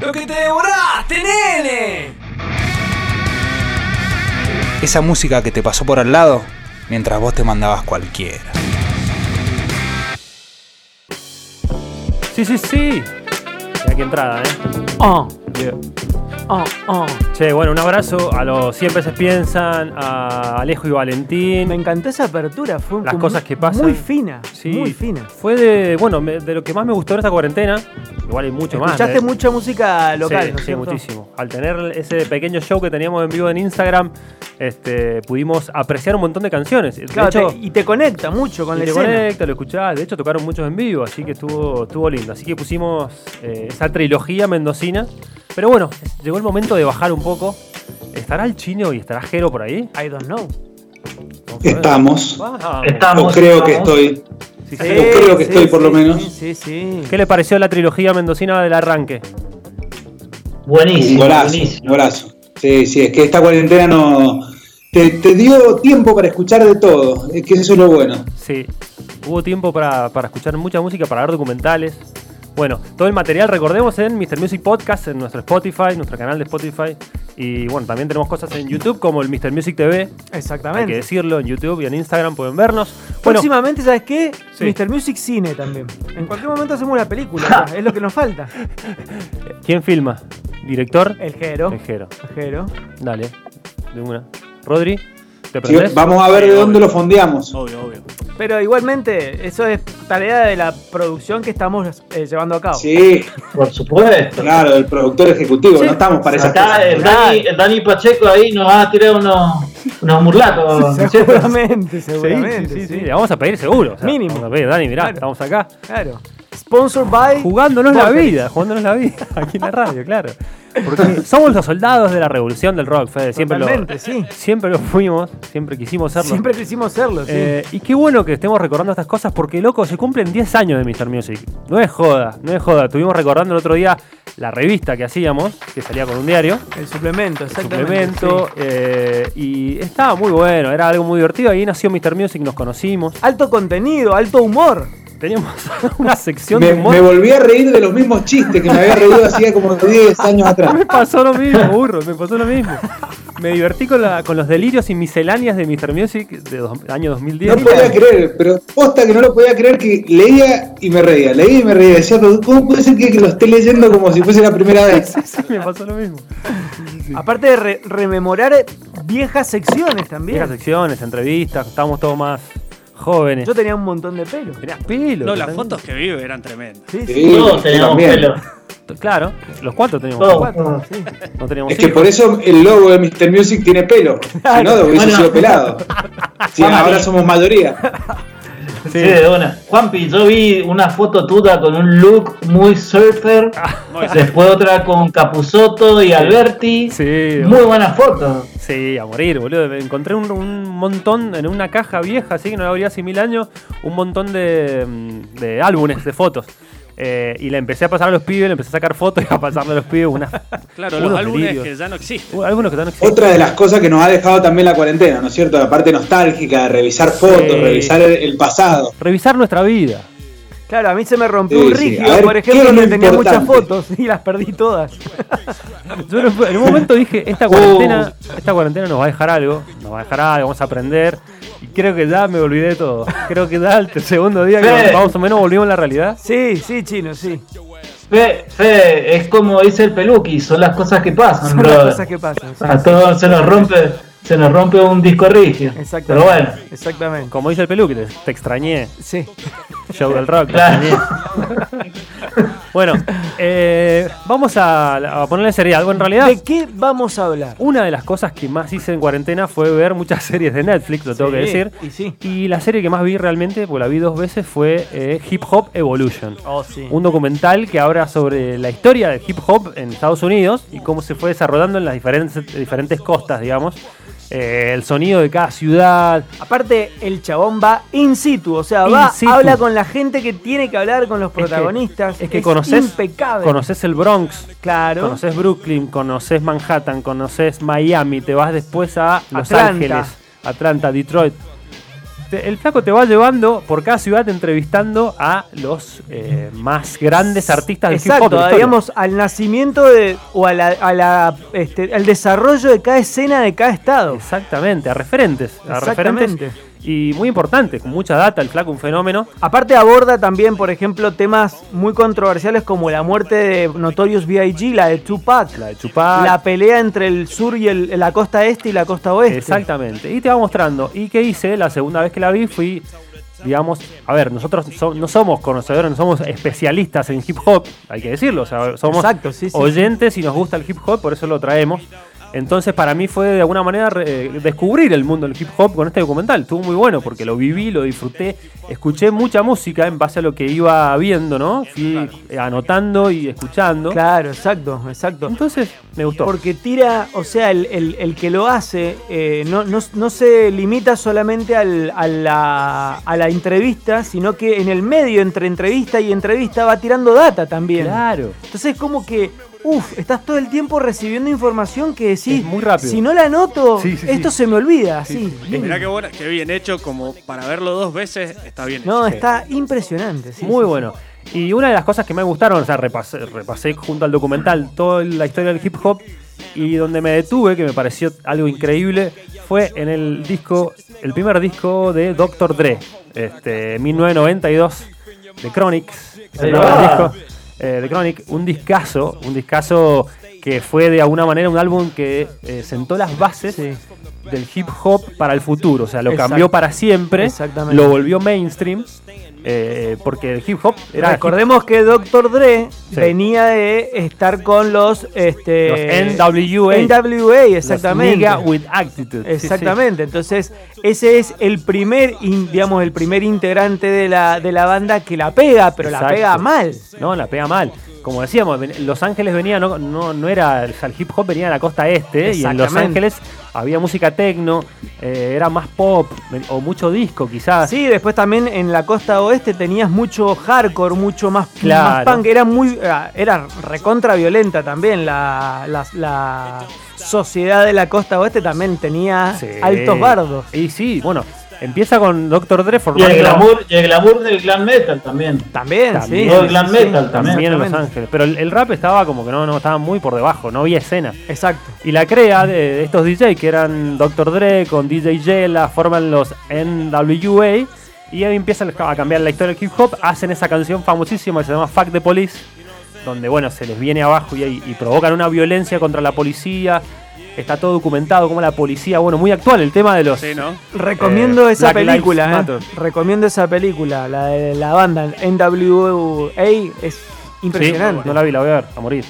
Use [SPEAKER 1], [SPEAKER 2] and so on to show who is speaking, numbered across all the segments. [SPEAKER 1] ¡Lo que te devoraste, nene!
[SPEAKER 2] Esa música que te pasó por al lado mientras vos te mandabas cualquiera.
[SPEAKER 3] Sí, sí, sí. Mira qué entrada, ¿eh? Oh, yeah. oh, oh. Che, bueno, un abrazo a los 100 veces piensan, a Alejo y Valentín.
[SPEAKER 4] Me encantó esa apertura, fue
[SPEAKER 3] Las
[SPEAKER 4] como
[SPEAKER 3] cosas que pasan.
[SPEAKER 4] Muy fina,
[SPEAKER 3] Sí.
[SPEAKER 4] muy fina.
[SPEAKER 3] Fue de, bueno, me- de lo que más me gustó en esta cuarentena. Igual hay mucho más.
[SPEAKER 4] Escuchaste
[SPEAKER 3] ¿eh?
[SPEAKER 4] mucha música local,
[SPEAKER 3] sí,
[SPEAKER 4] ¿no es
[SPEAKER 3] sí,
[SPEAKER 4] cierto?
[SPEAKER 3] muchísimo. Al tener ese pequeño show que teníamos en vivo en Instagram, este, pudimos apreciar un montón de canciones. De
[SPEAKER 4] Claro,
[SPEAKER 3] hecho,
[SPEAKER 4] te- y te conecta mucho con
[SPEAKER 3] y
[SPEAKER 4] la
[SPEAKER 3] te
[SPEAKER 4] escena.
[SPEAKER 3] conecta, lo escuchás. De hecho, tocaron muchos en vivo, así que estuvo, estuvo lindo. Así que pusimos eh, esa trilogía mendocina. Pero bueno, llegó el momento de bajar un poco. ¿Estará el chino y estará Jero por ahí?
[SPEAKER 4] I don't know.
[SPEAKER 3] Vamos a ver.
[SPEAKER 5] Estamos.
[SPEAKER 3] Vamos.
[SPEAKER 5] O
[SPEAKER 6] Estamos.
[SPEAKER 5] creo que
[SPEAKER 6] estamos.
[SPEAKER 5] estoy.
[SPEAKER 3] Sí,
[SPEAKER 4] Sí,
[SPEAKER 3] sí.
[SPEAKER 5] creo que estoy, por lo
[SPEAKER 4] sí,
[SPEAKER 5] menos.
[SPEAKER 4] Sí, sí, sí.
[SPEAKER 3] ¿Qué le pareció la trilogía mendocina del arranque?
[SPEAKER 5] Un
[SPEAKER 6] Buenísimo.
[SPEAKER 5] golazo, un
[SPEAKER 6] buenísimo.
[SPEAKER 5] golazo. Sí, sí, es que esta cuarentena no. Te, te dio tiempo para escuchar de todo. Es que eso es lo bueno.
[SPEAKER 3] Sí, hubo tiempo para, para escuchar mucha música, para ver documentales. Bueno, todo el material recordemos en Mr. Music Podcast, en nuestro Spotify, nuestro canal de Spotify. Y bueno, también tenemos cosas en YouTube como el Mr. Music TV, hay que
[SPEAKER 4] Exactamente.
[SPEAKER 3] decirlo, en YouTube y en Instagram pueden vernos. Bueno,
[SPEAKER 4] Próximamente, ¿sabes qué?
[SPEAKER 3] Sí.
[SPEAKER 4] Mr. Music Cine también. En cualquier momento hacemos una película, o sea, es lo que nos falta.
[SPEAKER 3] ¿quién filma? ¿Director?
[SPEAKER 4] El Jero.
[SPEAKER 3] Tejero.
[SPEAKER 4] El Jero.
[SPEAKER 3] Dale, de una. Rodri, ¿te
[SPEAKER 5] Sí,
[SPEAKER 3] prendés?
[SPEAKER 5] vamos a ver de dónde lo fondeamos.
[SPEAKER 1] Obvio, obvio.
[SPEAKER 4] Pero igualmente, eso es tarea de la producción que estamos eh, llevando a cabo.
[SPEAKER 5] Sí,
[SPEAKER 6] Por supuesto.
[SPEAKER 5] claro, el productor ejecutivo.
[SPEAKER 4] Sí.
[SPEAKER 5] No estamos para esas
[SPEAKER 6] Acá
[SPEAKER 5] cosas.
[SPEAKER 6] el Dani, el Dani Pacheco ahí nos va a tirar unos, unos murlatos. ¿no es cierto?
[SPEAKER 4] Seguramente,
[SPEAKER 3] Sí,
[SPEAKER 4] seguramente.
[SPEAKER 3] sí, sí, sí, le vamos a pedir seguro. o sea,
[SPEAKER 4] Mínimo.
[SPEAKER 3] vamos a pedir, Dani, mirá,
[SPEAKER 4] Claro.
[SPEAKER 3] estamos acá.
[SPEAKER 4] Claro. Sponsored by.
[SPEAKER 3] Jugándonos la
[SPEAKER 4] Vortex.
[SPEAKER 3] vida, jugándonos la vida aquí en la radio, claro. Porque somos los soldados de la revolución del rock, Fede. Siempre lo,
[SPEAKER 4] Totalmente, sí.
[SPEAKER 3] siempre lo fuimos, siempre quisimos serlo.
[SPEAKER 4] Siempre quisimos serlo, sí.
[SPEAKER 3] Eh, y qué bueno que estemos recordando estas cosas porque, loco, se cumplen 10 años de Mr. Music. No es joda, no es joda. Estuvimos recordando el otro día la revista que hacíamos, que salía con un diario,
[SPEAKER 4] el suplemento,
[SPEAKER 3] el
[SPEAKER 4] exactamente.
[SPEAKER 3] suplemento,
[SPEAKER 4] sí.
[SPEAKER 3] eh, y estaba muy bueno, era algo muy divertido. Ahí nació Mr. Music, nos conocimos.
[SPEAKER 4] Alto contenido, alto humor.
[SPEAKER 3] Teníamos una sección
[SPEAKER 5] Me,
[SPEAKER 3] de humor.
[SPEAKER 5] me volví a reír de los mismos chistes que me había reído hacía como 10 años atrás.
[SPEAKER 3] Me pasó lo mismo, burro, me pasó lo mismo. Me divertí con, la- con los delirios y misceláneas de Mr. Music de dos- año 2010.
[SPEAKER 5] No podía creer, pero posta que no lo podía creer que leía y me reía, leía y me reía. Decía, pero ¿cómo puede ser que que lo esté leyendo como si fuese la primera vez?
[SPEAKER 3] Sí, sí, me pasó lo mismo.
[SPEAKER 4] Aparte de re- rememorar viejas secciones también.
[SPEAKER 3] Viejas secciones, entrevistas, estábamos todos más jóvenes.
[SPEAKER 4] Yo tenía un montón de pelo.
[SPEAKER 3] Tenías pelo.
[SPEAKER 1] No, las
[SPEAKER 3] tenés-
[SPEAKER 1] fotos que vive eran tremendas.
[SPEAKER 4] Sí, sí.
[SPEAKER 5] Sí,
[SPEAKER 6] Todos
[SPEAKER 5] yo
[SPEAKER 6] teníamos
[SPEAKER 5] también.
[SPEAKER 6] pelo.
[SPEAKER 3] Claro, los cuatro teníamos.
[SPEAKER 6] Todos.
[SPEAKER 4] Cuatro, sí.
[SPEAKER 3] No teníamos
[SPEAKER 5] Es que
[SPEAKER 3] hijos.
[SPEAKER 5] por eso el logo de Mr. Music tiene pelo. Si no, hubiese
[SPEAKER 6] Bueno.
[SPEAKER 5] sido pelado. Sí,
[SPEAKER 6] Vamos,
[SPEAKER 5] ahora
[SPEAKER 6] sí.
[SPEAKER 5] somos mayoría.
[SPEAKER 6] Sí. de una. Juanpi, yo vi una foto tuya con un look muy surfer.
[SPEAKER 4] Ah,
[SPEAKER 1] Muy bien.
[SPEAKER 6] Después otra con Capusoto y Alberti.
[SPEAKER 3] Sí,
[SPEAKER 6] Muy buena foto.
[SPEAKER 3] Sí, a morir, boludo. Me encontré un, un montón en una caja vieja, así que no la abrí hace mil años, un montón de, mm, de álbumes, de fotos. Eh, y la empecé a pasar a los pibes, le empecé a sacar fotos y a pasarle a los pibes unas.
[SPEAKER 1] Claro,
[SPEAKER 3] unos
[SPEAKER 1] los álbumes
[SPEAKER 3] delirios.
[SPEAKER 1] que ya no existen.
[SPEAKER 3] Uh, Algunos que están existen.
[SPEAKER 5] Otra de las cosas que nos ha dejado también la cuarentena, ¿no es cierto? La parte nostálgica de revisar fotos, revisar el, el pasado.
[SPEAKER 3] Revisar nuestra vida.
[SPEAKER 4] Claro, a mí se me rompió
[SPEAKER 5] Sí,
[SPEAKER 4] un
[SPEAKER 5] sí.
[SPEAKER 4] rígido,
[SPEAKER 5] A ver,
[SPEAKER 4] por
[SPEAKER 5] ¿qué
[SPEAKER 4] ejemplo,
[SPEAKER 5] es lo
[SPEAKER 4] que tenía muchas
[SPEAKER 5] importante?
[SPEAKER 4] fotos y las perdí todas.
[SPEAKER 3] Yo no- en un momento dije,
[SPEAKER 4] Oh.
[SPEAKER 3] esta cuarentena, esta cuarentena nos va a dejar algo, nos va a dejar algo, vamos a aprender. Y creo que ya me olvidé de todo. Creo que ya el segundo día que
[SPEAKER 6] Sí.
[SPEAKER 3] más o menos volvimos a la realidad.
[SPEAKER 4] Sí, sí, chino, sí.
[SPEAKER 6] Fe, fe, es como dice el peluqui, son las cosas que pasan,
[SPEAKER 4] Son las
[SPEAKER 6] brother.
[SPEAKER 4] cosas que pasan. sí.
[SPEAKER 6] A todos se nos rompe, se nos rompe un disco rígido.
[SPEAKER 4] Exactamente.
[SPEAKER 6] Pero bueno,
[SPEAKER 4] Exactamente.
[SPEAKER 3] Como dice el Pelu, que te, te extrañé.
[SPEAKER 4] Sí.
[SPEAKER 3] Show del rock.
[SPEAKER 6] Claro.
[SPEAKER 3] también. bueno, eh, vamos a, a ponerle seriedad. Bueno, en realidad,
[SPEAKER 4] ¿De qué vamos a hablar?
[SPEAKER 3] una de las cosas que más hice en cuarentena fue ver muchas series de Netflix, lo tengo que
[SPEAKER 4] Sí,
[SPEAKER 3] decir.
[SPEAKER 4] Y sí.
[SPEAKER 3] Y la serie que más vi realmente, porque la vi dos veces, fue eh, Hip Hop Evolution.
[SPEAKER 4] Oh, sí.
[SPEAKER 3] Un documental que habla sobre la historia del hip hop en Estados Unidos y cómo se fue desarrollando en las diferentes, diferentes costas, digamos. Eh, el sonido de cada ciudad,
[SPEAKER 4] Aparte, el chabón va in situ, o sea,
[SPEAKER 3] In
[SPEAKER 4] va,
[SPEAKER 3] situ.
[SPEAKER 4] habla con la gente que tiene que hablar, con los
[SPEAKER 3] que-
[SPEAKER 4] protagonistas.
[SPEAKER 3] es que conoces-
[SPEAKER 4] Impecable.
[SPEAKER 3] conoces el Bronx,
[SPEAKER 4] claro.
[SPEAKER 3] conoces Brooklyn, conoces Manhattan, conoces Miami, te vas después a Los
[SPEAKER 4] Atlanta.
[SPEAKER 3] Ángeles, Atlanta, Detroit. te- el flaco te va llevando por cada ciudad entrevistando a los eh, más grandes artistas del hip hop. de la
[SPEAKER 4] Exacto,
[SPEAKER 3] historia.
[SPEAKER 4] digamos, al nacimiento de, o a la- a la, este, al desarrollo de cada escena de cada estado.
[SPEAKER 3] Exactamente, a referentes. A referentes.
[SPEAKER 4] Exactamente.
[SPEAKER 3] Y muy importante, con mucha data, el flaco un fenómeno.
[SPEAKER 4] Aparte aborda también, por ejemplo, temas muy controversiales como la muerte de Notorious B.I.G., la de Tupac,
[SPEAKER 3] La de Tupac.
[SPEAKER 4] la pelea entre el sur y el- la costa este y la costa oeste.
[SPEAKER 3] Exactamente. Y te va mostrando. ¿Y qué hice? La segunda vez que la vi fui, digamos, a ver, nosotros so- no somos conocedores, no somos especialistas en hip hop, hay que decirlo. O sea, somos
[SPEAKER 4] Exacto, sí, sí.
[SPEAKER 3] oyentes y nos gusta el hip hop, por eso lo traemos. Entonces, para mí fue de alguna manera re- eh, descubrir el mundo del hip hop con este documental. Estuvo muy bueno porque lo viví, lo disfruté, escuché mucha música en base a lo que iba viendo, ¿no? Fui eh, anotando y escuchando.
[SPEAKER 4] Claro, exacto, exacto.
[SPEAKER 3] Entonces, me gustó.
[SPEAKER 4] Porque tira, o sea, el, el- el que lo hace eh, no, no- no se limita solamente al- a, la, a la entrevista, sino que en el medio entre entrevista y entrevista va tirando data también.
[SPEAKER 3] Claro.
[SPEAKER 4] Entonces es como que, uff, estás todo el tiempo recibiendo información que decís,
[SPEAKER 3] Es muy rápido.
[SPEAKER 4] si no la anoto,
[SPEAKER 3] Sí, sí, sí.
[SPEAKER 4] esto se me olvida, así.
[SPEAKER 1] Mirá qué, buena- qué bien hecho, como para verlo dos veces está bien. hecho.
[SPEAKER 4] No, está impresionante. sí,
[SPEAKER 3] Muy
[SPEAKER 4] sí,
[SPEAKER 3] bueno. Y una de las cosas que me gustaron, o sea, repasé, repasé junto al documental toda la historia del hip hop y donde me detuve, que me pareció algo increíble, fue en el disco, el primer disco de Dr. Dre, este, 1992, de Chronics. que se
[SPEAKER 6] Ahí
[SPEAKER 3] llamaba el
[SPEAKER 6] va.
[SPEAKER 3] disco, eh, de Chronic, un discazo, un discazo que fue de alguna manera un álbum que eh, sentó las bases del hip hop para el futuro, o sea, lo
[SPEAKER 4] Exacto.
[SPEAKER 3] cambió para siempre,
[SPEAKER 4] Exactamente.
[SPEAKER 3] lo volvió mainstream, eh, porque el hip hop era
[SPEAKER 4] Recordemos que Dr. Dre
[SPEAKER 3] Sí.
[SPEAKER 4] venía de estar con los, este,
[SPEAKER 3] Los NWA.
[SPEAKER 4] NWA,
[SPEAKER 3] los
[SPEAKER 4] exactamente.
[SPEAKER 3] nigga with attitude. Sí, sí.
[SPEAKER 4] Exactamente, entonces ese es el primer, in- digamos, el primer integrante de la, de la banda que la pega, pero la
[SPEAKER 3] Exacto.
[SPEAKER 4] pega mal.
[SPEAKER 3] No, la pega mal. Como decíamos, ven- Los Ángeles venía, no, no, no era, o sea, el hip hop venía de la costa este y en Los
[SPEAKER 4] Exactamente.
[SPEAKER 3] Ángeles había música tecno, eh, era más pop ven- o mucho disco quizás.
[SPEAKER 4] Sí, después también en la costa oeste tenías mucho hardcore, mucho más,
[SPEAKER 3] Claro.
[SPEAKER 4] más punk, era muy, era- era recontra violenta también, la, la- la sociedad de la costa oeste también tenía
[SPEAKER 3] Sí.
[SPEAKER 4] altos bardos.
[SPEAKER 3] Y sí, bueno, empieza con Dr. Dre
[SPEAKER 6] Y el,
[SPEAKER 3] formando
[SPEAKER 6] glamour, y el glamour del glam metal también.
[SPEAKER 4] También,
[SPEAKER 3] También.
[SPEAKER 4] sí.
[SPEAKER 6] Todo el glam metal
[SPEAKER 3] también
[SPEAKER 6] también.
[SPEAKER 3] en Los Ángeles. Pero el, el rap estaba como que no, no, estaba muy por debajo, no había escena.
[SPEAKER 4] Exacto.
[SPEAKER 3] Y la crea de, de estos DJ que eran Dr. Dre con DJ Jella, forman los NWA y ahí empiezan a cambiar la historia del hip hop. Hacen esa canción famosísima que se llama Fuck the Police, donde bueno, se les viene abajo y, y provocan una violencia contra la policía. Está todo documentado como la policía, bueno, muy actual el tema de los.
[SPEAKER 1] Sí, ¿no?
[SPEAKER 4] Recomiendo
[SPEAKER 3] Eh,
[SPEAKER 4] esa
[SPEAKER 3] Black Lives
[SPEAKER 4] película, eh.
[SPEAKER 3] Matter.
[SPEAKER 4] Recomiendo esa película, la de la banda NWA es impresionante.
[SPEAKER 3] Sí, no la vi, la voy a ver, a morir.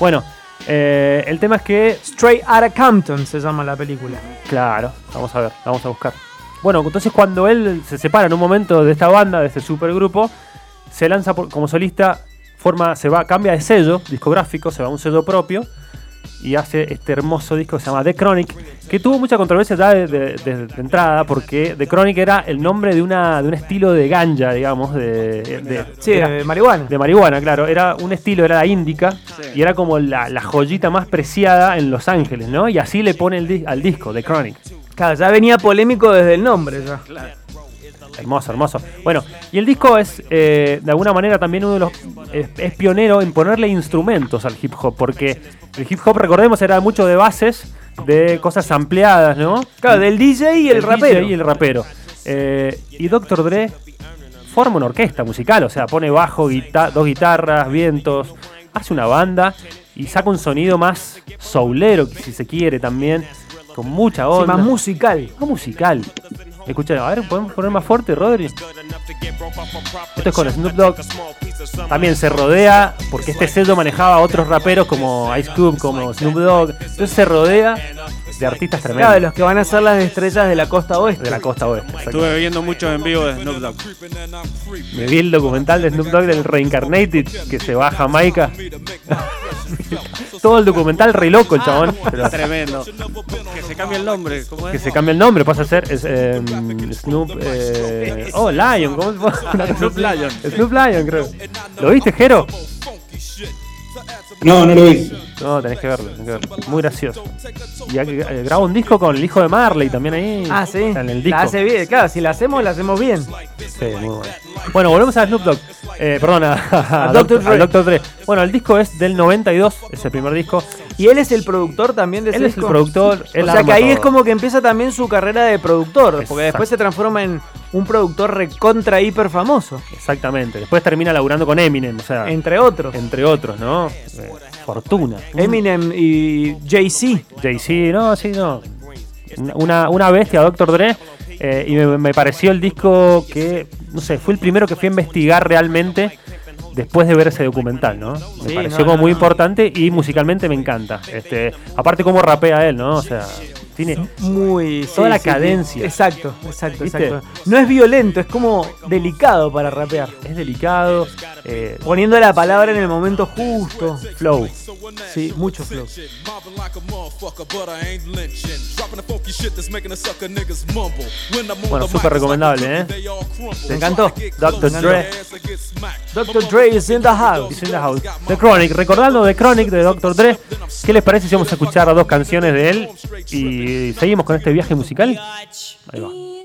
[SPEAKER 3] Bueno, eh, el tema es que
[SPEAKER 4] Straight Outta Compton se llama la película.
[SPEAKER 3] Claro, vamos a ver, vamos a buscar. Bueno, entonces cuando él se separa en un momento de esta banda, de este supergrupo, se lanza por- como solista, forma, se va, cambia de sello discográfico, se va a un sello propio y hace este hermoso disco que se llama The Chronic, que tuvo mucha controversia ya de, de- de- de entrada, porque The Chronic era el nombre de, una, de un estilo de ganja, digamos, de, de-
[SPEAKER 4] Sí,
[SPEAKER 3] era-
[SPEAKER 4] de marihuana.
[SPEAKER 3] de marihuana, claro. Era un estilo, era la índica. Y era como la, la joyita más preciada en Los Ángeles, ¿no? Y así le pone el dis- al disco, The Chronic.
[SPEAKER 4] Claro, ya venía polémico desde el nombre ya.
[SPEAKER 3] Hermoso, hermoso. Bueno, y el disco es, eh, de alguna manera, también uno de los. Es, es pionero en ponerle instrumentos al hip hop, porque el hip hop, recordemos, era mucho de bases, de cosas ampliadas, ¿no?
[SPEAKER 4] Claro, del DJ y el, rapero.
[SPEAKER 3] DJ y el rapero. Eh, y Dr. Dre forma una orquesta musical, o sea, pone bajo, guita- dos guitarras, vientos, hace una banda y saca un sonido más soulero, si se quiere también, con mucha
[SPEAKER 4] Sí,
[SPEAKER 3] onda.
[SPEAKER 4] más musical.
[SPEAKER 3] Más musical. Escucha, a ver, ¿podemos poner más fuerte, Rodri? Esto es con Snoop Dogg. También se rodea, porque este sello manejaba a otros raperos como Ice Cube, como Snoop Dogg. Entonces se rodea de artistas
[SPEAKER 4] Claro, de
[SPEAKER 3] tremendos
[SPEAKER 4] los que van a ser las estrellas de la costa oeste.
[SPEAKER 3] de la costa oeste. exacto.
[SPEAKER 1] Estuve viendo muchos en vivo de Snoop Dogg.
[SPEAKER 3] Me vi el documental de Snoop Dogg del Reincarnated que se va a Jamaica. Todo el documental re loco el chabón. pero
[SPEAKER 1] Ah, Tremendo. Que se cambie el nombre, ¿cómo
[SPEAKER 3] que
[SPEAKER 1] es?
[SPEAKER 3] se cambia el nombre, pasa a ser es, em, Snoop. eh, oh, Lion. ¿cómo se llama?
[SPEAKER 1] Snoop Lion.
[SPEAKER 3] Snoop Lion, creo. ¿Lo viste, Jero?
[SPEAKER 5] No, no lo vi.
[SPEAKER 3] No, tenés que verlo, tenés que verlo. Muy gracioso. Y ha- eh, graba un disco con el hijo de Marley también ahí.
[SPEAKER 4] Ah, sí.
[SPEAKER 3] En el disco.
[SPEAKER 4] La hace bien, claro, si la hacemos, la hacemos bien.
[SPEAKER 3] Sí, muy bueno. Bueno, volvemos a Snoop Dogg. Eh, perdón, a, a
[SPEAKER 4] Dr.
[SPEAKER 3] Doc-
[SPEAKER 4] Dre.
[SPEAKER 3] a Dr. Dre. Bueno, el disco es del 92, es el primer disco.
[SPEAKER 4] ¿Y él Este es el productor también de ese
[SPEAKER 3] Él es el
[SPEAKER 4] disco?
[SPEAKER 3] productor, él
[SPEAKER 4] o sea que
[SPEAKER 3] arma
[SPEAKER 4] ahí
[SPEAKER 3] todo.
[SPEAKER 4] es como que empieza también su carrera de productor, porque después
[SPEAKER 3] Exacto.
[SPEAKER 4] se transforma en un productor recontra hiper famoso,
[SPEAKER 3] Exactamente. Después termina laburando con Eminem, o sea,
[SPEAKER 4] entre otros.
[SPEAKER 3] entre otros, ¿no? Eh, fortuna.
[SPEAKER 4] Eminem y Jay-Z.
[SPEAKER 3] Jay-Z, no, sí, no. Una, una bestia, Dr. Dre. eh, y me, me pareció el disco que, no sé, fue el primero que fui a investigar realmente después de ver ese documental, ¿no? Me
[SPEAKER 4] Sí,
[SPEAKER 3] pareció
[SPEAKER 4] no,
[SPEAKER 3] como
[SPEAKER 4] no,
[SPEAKER 3] muy
[SPEAKER 4] no.
[SPEAKER 3] importante y musicalmente me encanta. Este, aparte cómo rapea él, ¿no? O sea, tiene...
[SPEAKER 4] Muy. sí,
[SPEAKER 3] Toda la
[SPEAKER 4] sí, sí.
[SPEAKER 3] cadencia.
[SPEAKER 4] Exacto, exacto,
[SPEAKER 3] ¿Viste?
[SPEAKER 4] exacto. No es violento, es como delicado para rapear.
[SPEAKER 3] Es delicado, eh,
[SPEAKER 4] Poniendo la palabra en el momento justo.
[SPEAKER 3] flow.
[SPEAKER 4] Sí, mucho flow.
[SPEAKER 7] Mobbing like a motherfucker, but I ain't lynching. Dropping the funky shit that's making the sucker niggas mumble. When I'm on
[SPEAKER 3] Bueno,
[SPEAKER 7] the
[SPEAKER 3] súper
[SPEAKER 7] mic, it's like a
[SPEAKER 3] recomendable,
[SPEAKER 7] cookie,
[SPEAKER 3] ¿eh?
[SPEAKER 7] they all crumble.
[SPEAKER 4] Me encantó.
[SPEAKER 3] Dr. Dre.
[SPEAKER 4] Dr. Dre is in the house.
[SPEAKER 3] It's in the house. The Chronic, recordando The Chronic de Dr. Dre, ¿qué les parece si vamos a escuchar las dos canciones de él y seguimos con este viaje musical? Ahí va.